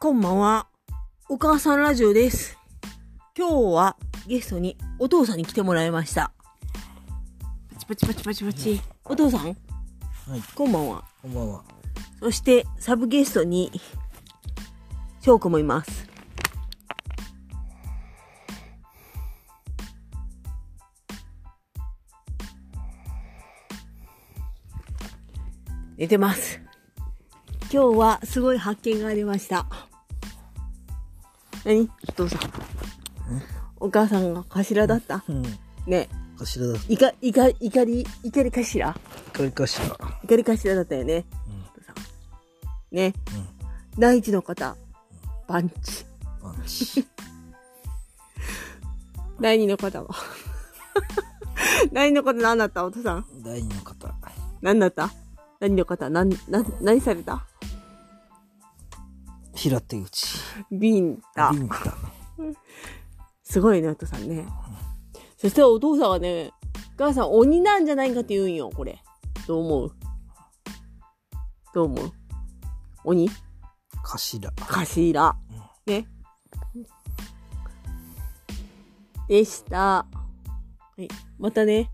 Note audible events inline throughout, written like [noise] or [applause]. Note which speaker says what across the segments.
Speaker 1: こんばんは。お母さんラジオです。今日はゲストにお父さんに来てもらいました。パチパチパチパチパチ。お父さん、
Speaker 2: はい、
Speaker 1: こんばんは。
Speaker 2: こんばんは。
Speaker 1: そしてサブゲストに翔くんもいます。寝てます。今日はすごい発見がありました。何お父さん。お母さんが頭だった
Speaker 2: うん。
Speaker 1: ね
Speaker 2: 頭だ。
Speaker 1: え、いか、いか、怒り、怒り頭
Speaker 2: 光頭。
Speaker 1: 怒り頭だったよね。
Speaker 2: うん。
Speaker 1: ね、第一の方、パンチ。
Speaker 2: パン [laughs] チ。
Speaker 1: 第二の方は。 [laughs] 第二の方何だったお父さん。
Speaker 2: 第二の方。
Speaker 1: 何だった第二の方何、何、何された
Speaker 2: 平手打ち。
Speaker 1: ビンタ
Speaker 2: ビ。ンタ。
Speaker 1: すごいね、お父さんね。そしてお父さんはね、お母さん鬼なんじゃないかって言うんよ、これ。どう思うどう思う鬼
Speaker 2: 頭。
Speaker 1: 頭。ね。でした。はい。またね。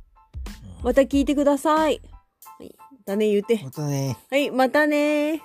Speaker 1: また聞いてください。はい。だね、言って。
Speaker 2: またね。
Speaker 1: はい、またね